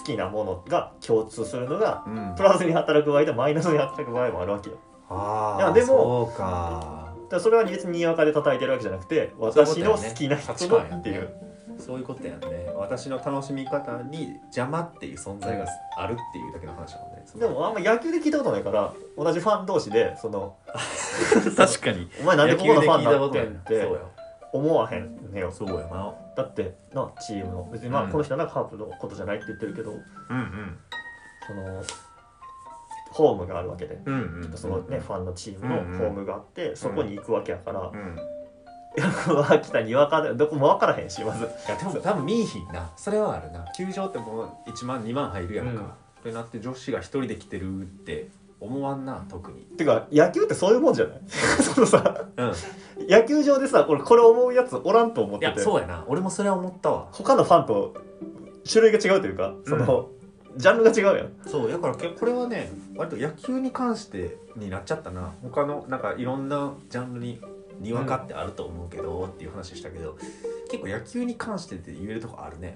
S2: きなものが共通するのが
S1: う、うん
S2: プラスに働く場合とマイナスに働く場合もあるわけよ
S1: あ
S2: い
S1: あ
S2: やでも
S1: そうか
S2: だからそれは別ににわかで叩いてるわけじゃなくて
S1: そういうこと
S2: 私
S1: やね
S2: の好きな人のっていう
S1: そういうことやんね私の楽しみ方に邪魔っていう存在があるっていうだけの話だもんね
S2: でもあんま野球で聞いたことないから同じファン同士でその
S1: 確かに
S2: お前なんでここのファンだってんっ
S1: そう
S2: て
S1: よ
S2: 思わへんねよ
S1: そうやな
S2: だってなチームの別にまあ
S1: うん
S2: この人はなカープのことじゃないって言ってるけど
S1: うん
S2: そのホームがあるわけで
S1: うんうんうん
S2: そのねファンのチームの
S1: うんうん
S2: ホームがあってそこに行くわけやから [LAUGHS]
S1: うん
S2: 秋田にわかでどこも分からへんしまず
S1: いやでも多分見いひんなそれはあるな球場ってもう1万2万入るやんか、
S2: うん
S1: ってなって女子が一人で来てるって思わんな特に
S2: てか野球ってそういうもんじゃない [LAUGHS] そのさ
S1: うんい
S2: 野球場でさこれこれ思うやつおらんと思って
S1: や
S2: て
S1: そうやな俺もそれは思ったわ
S2: 他のファンと種類が違うというかそのジャンルが違うやん
S1: そうだからけこれはね割と野球に関してになっちゃったな他のなんかいろんなジャンルににわかってあると思うけど、っていう話したけど結構野球に関してって言えるとこあるね、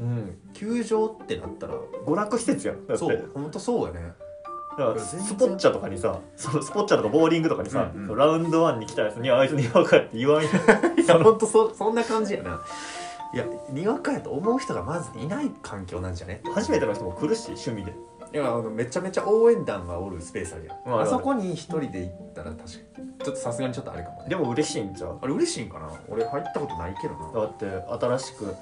S1: 球場ってなったら
S2: 娯楽施設やんだって
S1: そうほんとそうやね
S2: だからスポッチャとかにさそのスポッチャとかボーリングとかにさ、
S1: うんうん
S2: そのラウンドワンに来たやつにあいつに分かって言わんやん
S1: いやほんとそそんな感じやないやにわかやと思う人がまずいない環境なんじゃね
S2: 初めての人も来るし趣味で
S1: いやあのめちゃめちゃ応援団がおるスペースあるやん、
S2: まあ
S1: あそこに一人で行ったら確かにちょっとさすがにちょっとあれかもね
S2: でも嬉しいんちゃう
S1: あれ嬉しいんかな俺入ったことないけどな
S2: だって新しく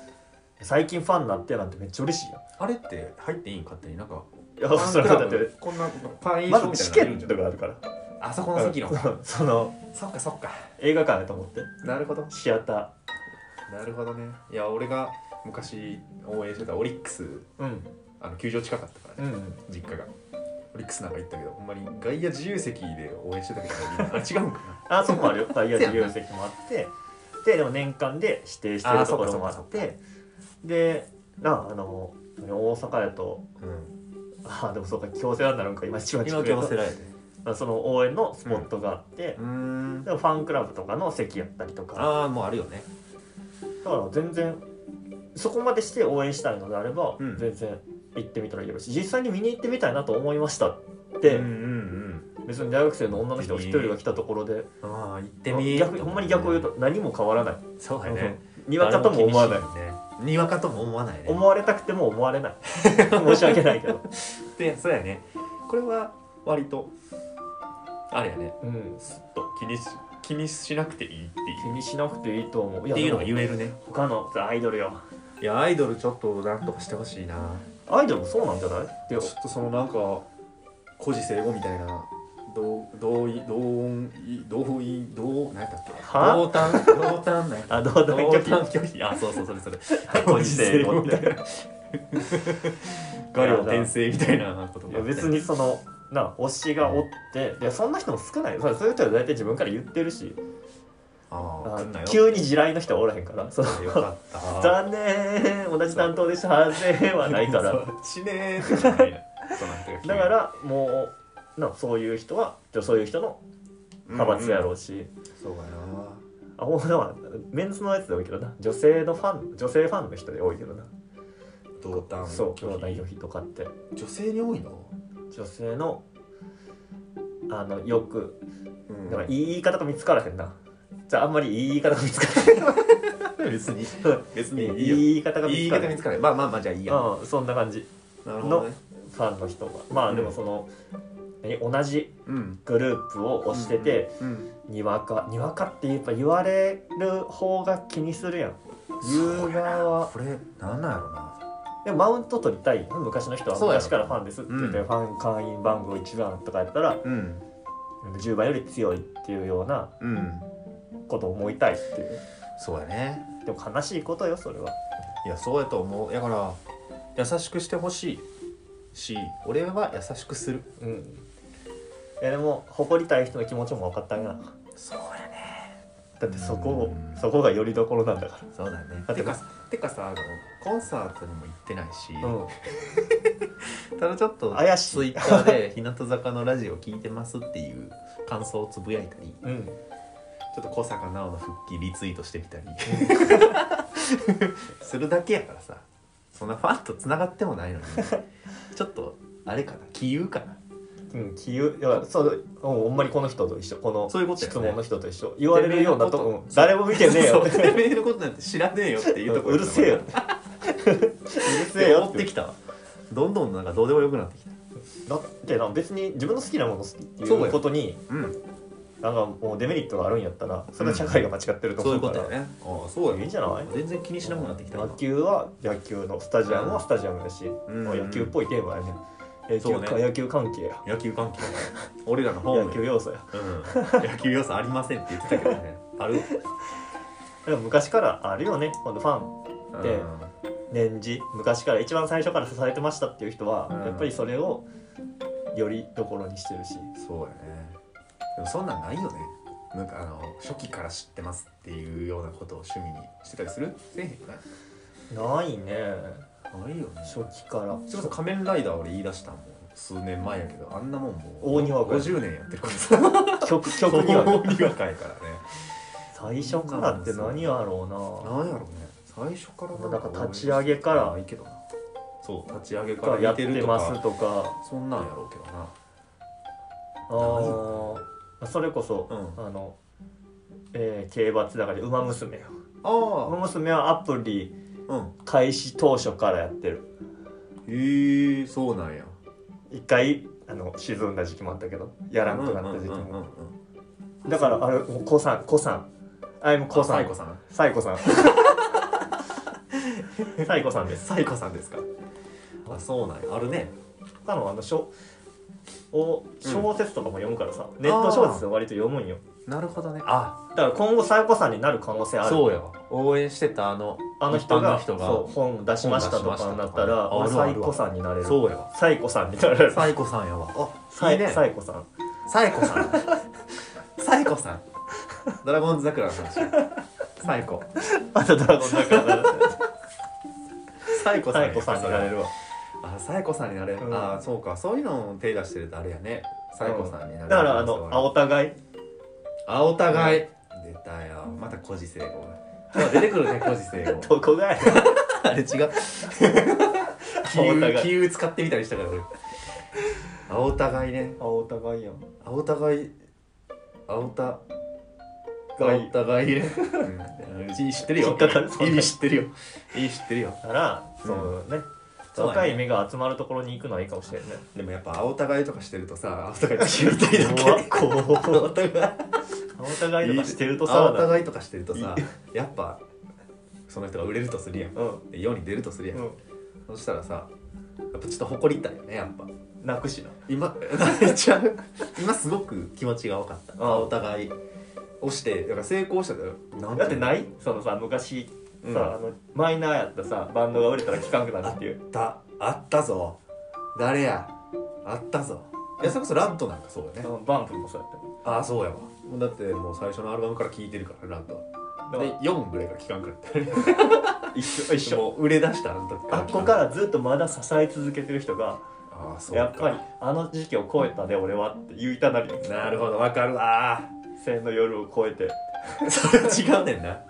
S2: 最近ファンになってなんてめっちゃ嬉しいやん
S1: あれって入っていいん勝手になんか
S2: いやそれはだって
S1: こんなパン
S2: まずチケット
S1: が
S2: があるから
S1: あそこの席の
S2: うんその
S1: そっかそっか
S2: 映画館やと思って
S1: なるほど
S2: シアタ
S1: なるほどねいや俺が昔応援してたオリックス
S2: ーうん
S1: あの球場近かったから
S2: う
S1: ね、
S2: ん
S1: 実家がオリックスなんか行ったけどほんまに外野自由席で応援してたけどみんなあれ違うんかな
S2: あそこもあるよ [LAUGHS] タイヤ
S1: せや
S2: 自
S1: な
S2: 由席もあってででも年間で指定してるところもあ
S1: あそ
S2: っ
S1: っかそ
S2: てでなああの大阪やと
S1: うん
S2: あでもそうか強制なんだろうか今一番
S1: 今今日せられて
S2: あその応援のスポットがあって、
S1: うーん
S2: でもファンクラブとかの席やったりとか
S1: ああもうあるよね
S2: だから全然そこまでして応援したいのであれば、
S1: うん
S2: 全然行ってみたらいいし実際に見に行ってみたいなと思いましたって、
S1: うんうん
S2: 別に大学生の女の人が一人が来たところで
S1: うんああ行ってみ
S2: 逆にほんまに逆を言うと何も変わらない、
S1: そうやね
S2: にわかとも思わない
S1: 誰厳しねにわかとも思わないね
S2: 思われたくても思わ
S1: [LAUGHS]
S2: れない申し訳ないけど、
S1: でそうやねこれは割とあれやね
S2: うん、
S1: すっと気にし気にしなくていいって
S2: 気
S1: いう
S2: にしなくていいと思うい
S1: っ
S2: や
S1: ていうのが
S2: でも
S1: 言えるね
S2: 他のアイドルよ
S1: いやアイドルちょっとなんとかしてほしいな
S2: アイドルもそうなんじゃない
S1: ちょっとそのなんか孤児生語みたいな同同意同音異同意同何やったっけ
S2: は
S1: 同担同担なんやった
S2: あどうどう
S1: 同担拒否あそうそうそれそれ
S2: 孤児生語って
S1: 孤児生語みたいな画量転生みたいなこと
S2: い
S1: があ
S2: や
S1: って
S2: [LAUGHS] 別にそのな推しがおっていやそんな人も少ないよそうそういう人は大体自分から言ってるし
S1: ああ
S2: あ
S1: 来んなよ
S2: 急に地雷の人はおらへんからその
S1: よ
S2: [LAUGHS]
S1: かった
S2: 残念同じ担当でしたはずではないか [LAUGHS] ら
S1: そう死ねーってことないなそうなんていう
S2: だからもうなそういう人はじゃあそういう人の派閥やろうし、
S1: そうやな
S2: あほんまだわメンズのやつで多いけどな女性のファン女性ファンの人で多いけどな
S1: 同担
S2: そう
S1: 拒
S2: 兄
S1: 否
S2: 弟拒否とかって
S1: 女性に多いな、
S2: 女性のあのよく
S1: うん
S2: なんかいい言い方が見つからへんなじゃああんまりいい言い方が見つからへん
S1: 別に別
S2: い
S1: にいいよ
S2: い言い方が見
S1: 言
S2: つ
S1: い
S2: から
S1: 方
S2: へ
S1: 見
S2: ん
S1: つかないまあまあまあじゃあいいや
S2: うんそんな感じ
S1: なるほどね
S2: ファンの人がまあでもその、何同じ
S1: うん
S2: グループを推してて、
S1: うん
S2: にわかにわかってやっぱ言われる方が気にするやん言う側は
S1: これなんなんやろな
S2: でもマウント取りたい昔の人は
S1: そうやろ
S2: 昔からファンですって言って、
S1: うん
S2: ファン会員番号1番とかやったら
S1: うん
S2: 10番より強いっていうような
S1: うん
S2: ことを思いたいっていう
S1: そうやね
S2: でも悲しいことよそれはい
S1: やそうやと思うだから優しくしてほしいし俺は優しくする
S2: うんいやでも誇りたい人の気持ちも分かったんやな
S1: そうやね
S2: だってそこ
S1: う
S2: を
S1: ん
S2: そこがよりどころなんだか
S1: そうだね
S2: だってて
S1: かてかさあのコンサートにも行ってないし、
S2: らうん
S1: ただちょっと
S2: 怪しい
S1: ツイッターで「日向坂のラジオ聞いてます」っていう感想をつぶやいたり
S2: うん
S1: ちょっと小坂直の復帰リツイートしてみたり [LAUGHS] するだけやからさそんなファンとつながってもないのにちょっとあれかな杞憂かな
S2: うん、気ゆいやそううんほんまにこの人と一緒この
S1: そういうことやね
S2: 質問の人と一緒言われるような
S1: て
S2: と
S1: めえの
S2: こ
S1: こと
S2: 誰も見てねえよ
S1: そうてめえのことなんて知らねえよっていうとこ
S2: うるせえようるせえ
S1: で
S2: よ
S1: 追ってきたわどんどんなんかどうでもよくなってきた
S2: だってな別に自分の好きなもの好きって
S1: そう
S2: いう
S1: よ
S2: ことに
S1: うん
S2: なんかもうデメリットがあるんやったらそれは社会が間違ってると
S1: そうい
S2: 思
S1: う
S2: うか
S1: こ
S2: ら
S1: とやねああそうや
S2: いいんじゃない
S1: 全然気にしなくなってきた
S2: 野球は野球のスタジアムはスタジアムだし、
S1: ん
S2: まあ野球っぽいテーマやね野球
S1: そうね
S2: か野球関係や
S1: 野球関係俺らのホー
S2: 野
S1: ム
S2: 球要素や
S1: うん、野球要素ありませんって言ってたけど
S2: [LAUGHS]
S1: ねある
S2: でも昔からあるよねほんとファンで
S1: うん
S2: 年次昔から一番最初から支えてましたっていう人は、
S1: うん
S2: やっぱりそれをよりどころにしてるし
S1: そうやねでもそんなんないよねなんかあの初期から知ってますっていうようなことを趣味にしてたりするせえへんか
S2: ないね
S1: なないよね
S2: 初期から
S1: それこそ仮面ライダー俺言い出したもん数年前やけどあんなもんもう
S2: 大にわかや
S1: 50年やってるからさ
S2: 曲 [LAUGHS] 曲
S1: 大
S2: に
S1: に
S2: は
S1: わ
S2: ね
S1: かやからね
S2: 最初からって何やろ
S1: なんやろうね最初から
S2: うななんか立ち上げから
S1: ないけどなそう立ち上げか
S2: から
S1: ら
S2: や
S1: 見
S2: ってて
S1: ると
S2: ます
S1: か
S2: とか
S1: そんなんやろうけどな
S2: あーそれこそ、
S1: う
S2: あの、えー、競馬つながり「ウマ娘」よ「ウマ
S1: あ
S2: 娘」はアプリ
S1: あうん
S2: 開始当初からやってる
S1: へえそうなんや
S2: 一回あの沈んだ時期もあったけどやらんとなった時期も、
S1: うんうんうんうん
S2: だからあれもう子さん子さんあれも子さ
S1: サイ
S2: ん
S1: コさん
S2: サイコさんサイコさん [LAUGHS] です
S1: サイコさんですかあそうなんやあるね
S2: 他のあの小お小説とかも読むからさ、ネット小説は割と読むんよ
S1: なるほどねあ
S2: だから今後サイコさんになる可能性ある
S1: そうよ応援してたあの
S2: あの人
S1: 一般
S2: が
S1: の人が
S2: そう本出しましたと
S1: 本出しましたと
S2: か
S1: か
S2: になったら
S1: あ
S2: 俺
S1: るあるあ
S2: サイ
S1: る
S2: コさんになれる
S1: そうよ
S2: サイコさんになれる
S1: サイコさんやわあ
S2: サ
S1: い
S2: イ
S1: いね
S2: サイコさん
S1: サイコさん [LAUGHS] サイコさんドラゴン桜の話サイコ
S2: あとドラゴンだから
S1: サイコさん
S2: サ
S1: や
S2: イコさんになれるわ
S1: あサイコさんになれる、
S2: うん
S1: あそうかそういうのを手出してるとあれやねサイコさんになれる
S2: だからあのあお互い
S1: あお互い、出たよまた古事成語があ出てく [LAUGHS] るね古事成語
S2: どこがや
S1: あれ違 [LAUGHS] う気
S2: お互
S1: 運
S2: い
S1: 気運使ってみたりしたから俺あお互いね
S2: あお互いやん
S1: あお互いあおた
S2: が
S1: あお互いね、うん、知ってる
S2: 引
S1: よ
S2: っかかるそんな
S1: 意味知ってるよ意味知ってるよ
S2: だからそのね
S1: そうだね
S2: 若い目が集まるところに行くのはいいかもし [LAUGHS] れないね
S1: でもやっぱあお互いとかしてるとさあお互い知りたいだけ
S2: 怖っ
S1: あお互い
S2: お互いとかしてると
S1: あお
S2: さ
S1: 互いとかしてるとさやっぱその人が売れるとするやん
S2: うん
S1: で世に出るとするやん、
S2: うん
S1: そしたらさやっぱちょっと誇りたいよねやっぱ
S2: 泣くしな
S1: 今 [LAUGHS] 泣いちゃう今すごく気持ちが分かった
S2: ああ
S1: お互い押してだから成功したんだよなん
S2: だって
S1: い
S2: ないそのさ昔さ、
S1: うん
S2: あのマイナーやったさバンドが売れたら聴かんくなるっていう
S1: だあったぞ誰やあったぞいやそれこそラッドなんかそうよね、
S2: うんバンプもそうやった
S1: ああそうやわもうだってもう最初のアルバムから聴いてるからラッドは
S2: だ
S1: で
S2: か
S1: 4ぐらいから聴かんくなった
S2: ら一緒一緒
S1: もう売れ出したあの時
S2: あっこからずっとまだ支え続けてる人が
S1: ああそうか
S2: やっぱりあの時期を超えたで俺はって言いたなるよ
S1: なるほどわかるわ
S2: 千の夜を超えて
S1: それは違うねんな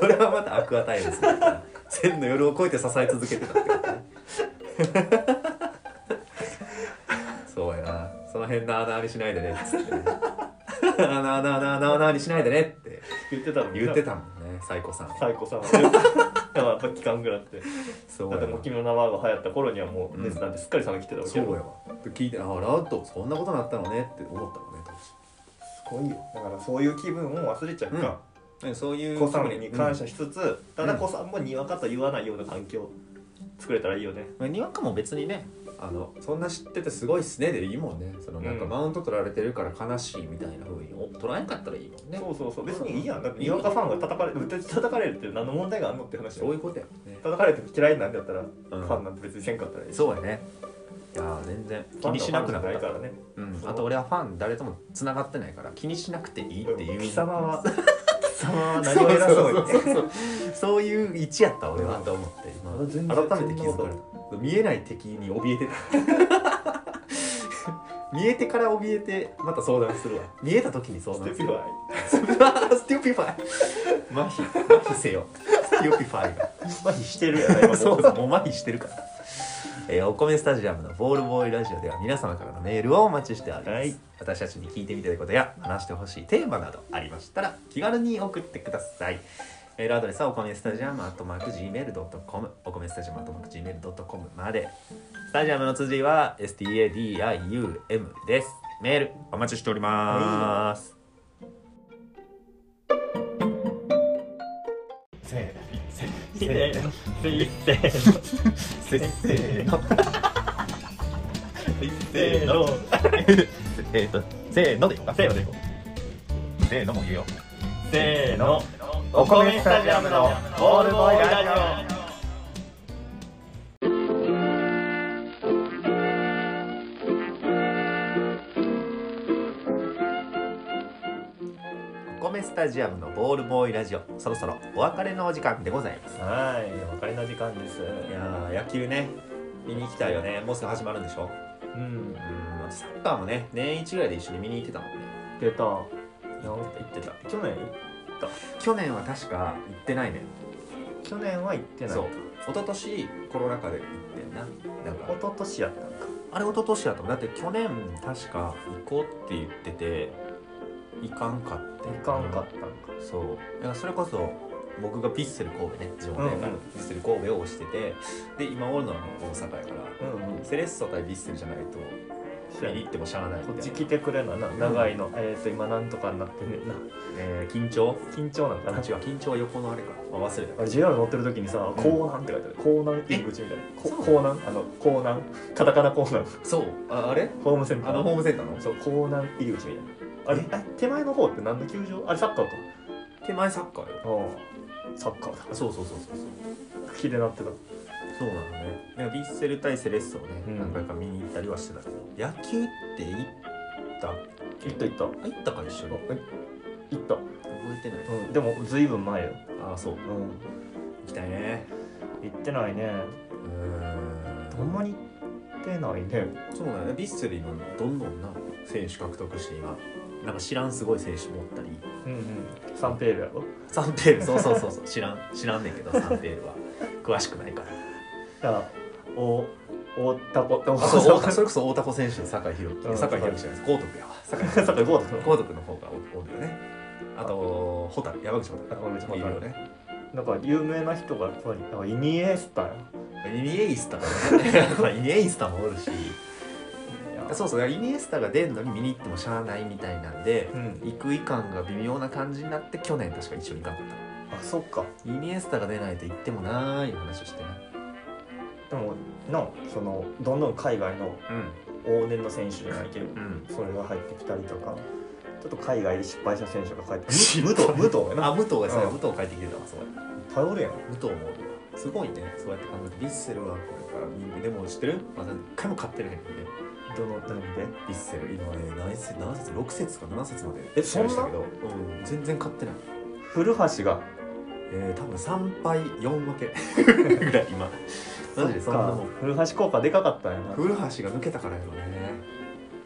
S1: それはまたアクアタイムズだな千の夜を超えて支え続けてたってことねそうやなその辺の穴ありしないでねっつってね穴穴穴穴穴ありしないでねって
S2: 言ってたのに
S1: 言ってたもんねサイコさん
S2: 最高さんはでもやっぱ期間ぐらいあって
S1: そう
S2: だ
S1: や
S2: って
S1: な
S2: もう君の名前が流行った頃にはもう熱なんてすっかり冷めきってたわけ
S1: そ
S2: よ
S1: うやわで聞いてああラッとそんなことなったのねって思ったのね
S2: すごいよだからそういう気分を忘れちゃうか、
S1: 当時そういう
S2: 子さんに感謝しつつ、ただ子さんもにわかと言わないような環境を作れたらいいよね
S1: まあ、にわかも別にねあのそんな知っててすごいっすねでいいもんねそのなんか
S2: うん
S1: マウント取られてるから悲しいみたいな風にお捉えんかったらいいもんね
S2: そうそうそう別にいいやんだってにわかファンが叩かれて叩かれるって何の問題があんのって話だ
S1: そ
S2: よ
S1: ういうことやもんね、
S2: 叩かれて嫌いなんだったら、
S1: うん
S2: ファンなんて別にせんかったらいい
S1: そうやねいやー全然気にしなくな
S2: ファンのファンじ
S1: った
S2: ゃないからね
S1: うん、あと俺はファン誰とも繋がってないから気にしなくていいっていう、
S2: 貴様は貴様は
S1: そ
S2: 何を
S1: う
S2: 偉
S1: そう
S2: そ
S1: そうそう
S2: うに
S1: そうそういう位置やった俺はと思って今
S2: うん全然
S1: 改めて気づかれた見えない敵に怯え [LAUGHS] てた見えてから怯えてまた相談するわ見えた時に相
S2: [LAUGHS] ス
S1: 談
S2: テ
S1: す
S2: ピ
S1: る
S2: フ
S1: わ
S2: ァ
S1: [LAUGHS]
S2: イ
S1: ステューピファイ麻痺麻痺せよステューピファイが
S2: 麻痺してるや [LAUGHS] ないか
S1: [LAUGHS]
S2: も
S1: そうそうもう麻痺してるからえーお米スタジアムのボールボーイラジオでは皆様からのメールをお待ちしております、
S2: はい
S1: 私たちに聞いてみたいことや話してほしいテーマなどありましたら気軽に送ってくださいメールアドレスはお米スタジアムアットマーク Gmail.com お米スタジアムアットマーク Gmail.com までスタジアムの辻は STADIUM ですメールお待ちしております、
S2: せーのせーのせーの
S5: えっ、と、せーのでいこうか。せーのでいこう。せーのも言えよう。
S2: せーのお米スタジアムのボールボーイラジオ
S1: お米スタジアムのボールボーイラジオそろそろお別れのお時間でございます
S2: はいお別れの時間です
S1: いやー野球ね見に行きたいよねもうすぐ始まるんでしょ
S2: うん
S1: うんサッカーもね年一ぐらいで一緒に見に行ってたもんね
S2: 出たなん
S1: 行ってた行ってた
S2: 去年
S1: 去年は確か行ってないね
S2: 去年は行ってない
S1: そう一昨年コロナ禍で行ってんななんか
S2: 一昨年やったんか
S1: あれ一昨年やと思うだって去年確か行こうって言ってて行かんかって
S2: 行かんかったんか
S1: そうだからそれこそ僕がピッセル神戸ね地元やから、
S2: うんうん
S1: ピッセル神戸を推しててで今おるのは大阪やから
S2: うんうん
S1: セレッソ対ビッセルじゃないと見に行ってもしゃあないみ
S2: こった
S1: い
S2: ち
S1: な、
S2: 来てくれなな長いのえっと今なんとかになってんねんな
S1: えー緊張
S2: 緊張なんか
S1: あ
S2: な
S1: 違う緊張は横のあれか、まあ、忘れた
S2: あれ JR 乗ってる時にさ「
S1: うん
S2: 港南」って書いてある「港南入り口」みたいな「こ
S1: そう
S2: 港南」あの「港南」カタカナ港南
S1: そうああれ
S2: ホームセンタ
S1: あのホ
S2: ー
S1: ームセンターの
S2: そう港南入り口みたいなあれえ手前の方って何の球場あれサッカーか
S1: 手前サッカーよ
S2: ああサッカー [LAUGHS] だ
S1: そうそうそうそうそう
S2: 気でなってた
S1: そうなのねでビッセル対セレッソをね、
S2: うん
S1: 何回か見に行ったりはしてたけど野球って行ったあ
S2: 行った行った
S1: 行ったか一緒に覚
S2: 行った、
S1: えてない
S2: うん、でもずいぶん前よ、
S1: ああそう
S2: うん、
S1: 行きたいね
S2: 行ってないね
S1: うーん
S2: ほんまに行ってないね
S1: そうなのねビッセル今どんどんな選手獲得して今なんか知らんすごい選手持ったり
S2: うんうんサンペールやろ
S1: サンペールそうそうそうそう知らん知らんねんけどサンペール [LAUGHS] は詳しくないから
S2: じゃあお大田子 [LAUGHS] って思
S1: あそう大田 [LAUGHS] それこそ大田子選手の酒井宏樹
S2: うん
S1: 酒井宏樹じゃないです江徳やわ酒井
S2: さっきゴー
S1: 宏
S2: だ
S1: 樹江徳の方が多いよねあと蛍山口
S2: あ山口
S1: 蛍
S2: 蛍
S1: いるよね
S2: なんか有名な人がやっぱりなんかイニエスタや
S1: イニエイスタもね [LAUGHS] イニエイスタもおるしそうそうだからイニエスタが出んのに見に行ってもしゃあないみたいなんで
S2: うん、
S1: 行くい感が微妙な感じになって去年確か一緒に行かんかっ
S2: あそっか
S1: たイニエスタが出ないと行ってもなーいう話をしてね
S2: でもなそのどんどん海外の往年の選手じゃないけど
S1: うんうん
S2: それが入ってきたりとかちょっと海外で失敗した選手が帰って
S1: 失
S2: 武
S1: 敗
S2: 藤武藤や
S1: あ
S2: な
S1: 武藤がそうや
S2: う
S1: 武
S2: ん
S1: 藤帰ってきてたわそうや
S2: 頼るやん
S1: 武藤もすごいねそうやって考えてヴィッセルはこれから人気でも知ってるまだ一回も勝ってないんで
S2: どの何で
S1: ヴィッセル今ね何節何節6節か7節まで
S2: えそんな
S1: 試合したけど、うん、全然勝ってない
S2: 古橋が
S1: えー、多分3敗4分
S2: [LAUGHS]
S1: けぐらい今マジでそんなもん
S2: 古橋効果でかかったんやな
S1: 古橋が抜けたからやろね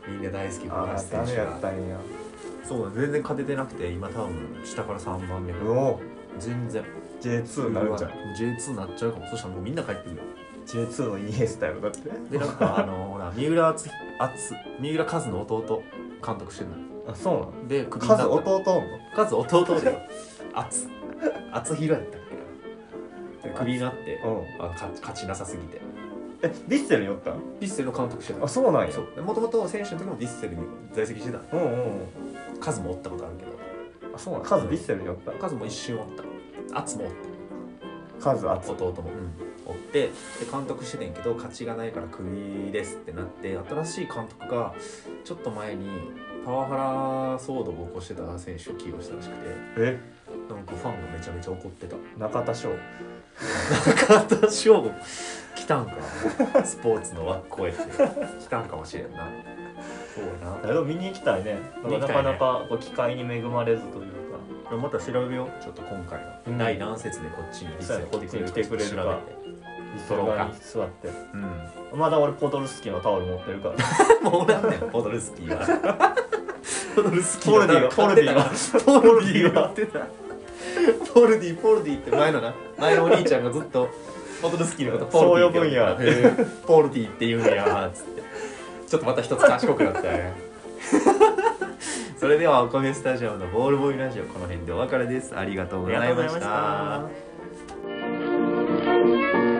S1: みんな大好き古
S2: あ
S1: 橋
S2: ーダ
S1: 選
S2: メ
S1: 手
S2: や
S1: が
S2: ったんや
S1: そう全然勝ててなくて今多分下から3番目
S2: うお
S1: 全然
S2: J2 になるんじゃん
S1: J2 になっちゃうかもそしたらもうみんな帰ってくるよ
S2: J2 のイニエスタよだって
S1: でなんかあのほら三浦敦敦三浦和の弟監督してんのよ
S2: あそうなの
S1: でクビになっ
S2: 数
S1: た
S2: 弟おんの
S1: カズ弟で厚厚弘やったっけなでクビになって
S2: うん
S1: あ勝勝ちなさすぎて
S2: えヴィッセル寄ったん
S1: ヴィッセルの監督してた
S2: あそうなんや
S1: そうもともと選手の時もヴィッセルに在籍してた
S2: うんうんうん
S1: カズもおったことあるけど
S2: あそうなの数ヴィッセル寄った
S1: カズも一瞬おった厚もおっ
S2: 数あった
S1: 弟も、うん、おってで監督しててんけど勝ちがないからクビですってなって新しい監督がちょっと前にパワハラ騒動を起こしてた選手を起用したらしくて
S2: え
S1: なんかファンがめちゃめちゃ怒ってた
S2: 中田翔
S1: 中田翔吾来たんかなスポーツの輪っこへって来たんかもしれんなそうや
S2: あれを見に行きたいね
S1: 見に行
S2: な
S1: きた
S2: か
S1: いね
S2: なかこう機会に恵まれずというか
S1: なまた調べようちょっと今回の、
S2: うん
S1: 第何節でこっちに
S2: そうや
S1: こっちに
S2: こっちに来てくれるか
S1: 調
S2: ヴィッセル側に座っ
S1: べ
S2: て
S1: てうん
S2: まだ俺ポトルスキーのタオル持ってるから
S1: もうおらんねんポドルスキーは [LAUGHS] ポドルスキ
S2: ポルディ
S1: ー
S2: がポルディが
S1: ポルディがってたポルディポルディって前のな前のお兄ちゃんがずっとポドルスキーのことポルディって呼んでた [LAUGHS] ポルディって言うんやつってちょっとまた一つ賢くなったね [LAUGHS] それではお米スタジオのボールボーイラジオこの辺でお別れですありがとうございました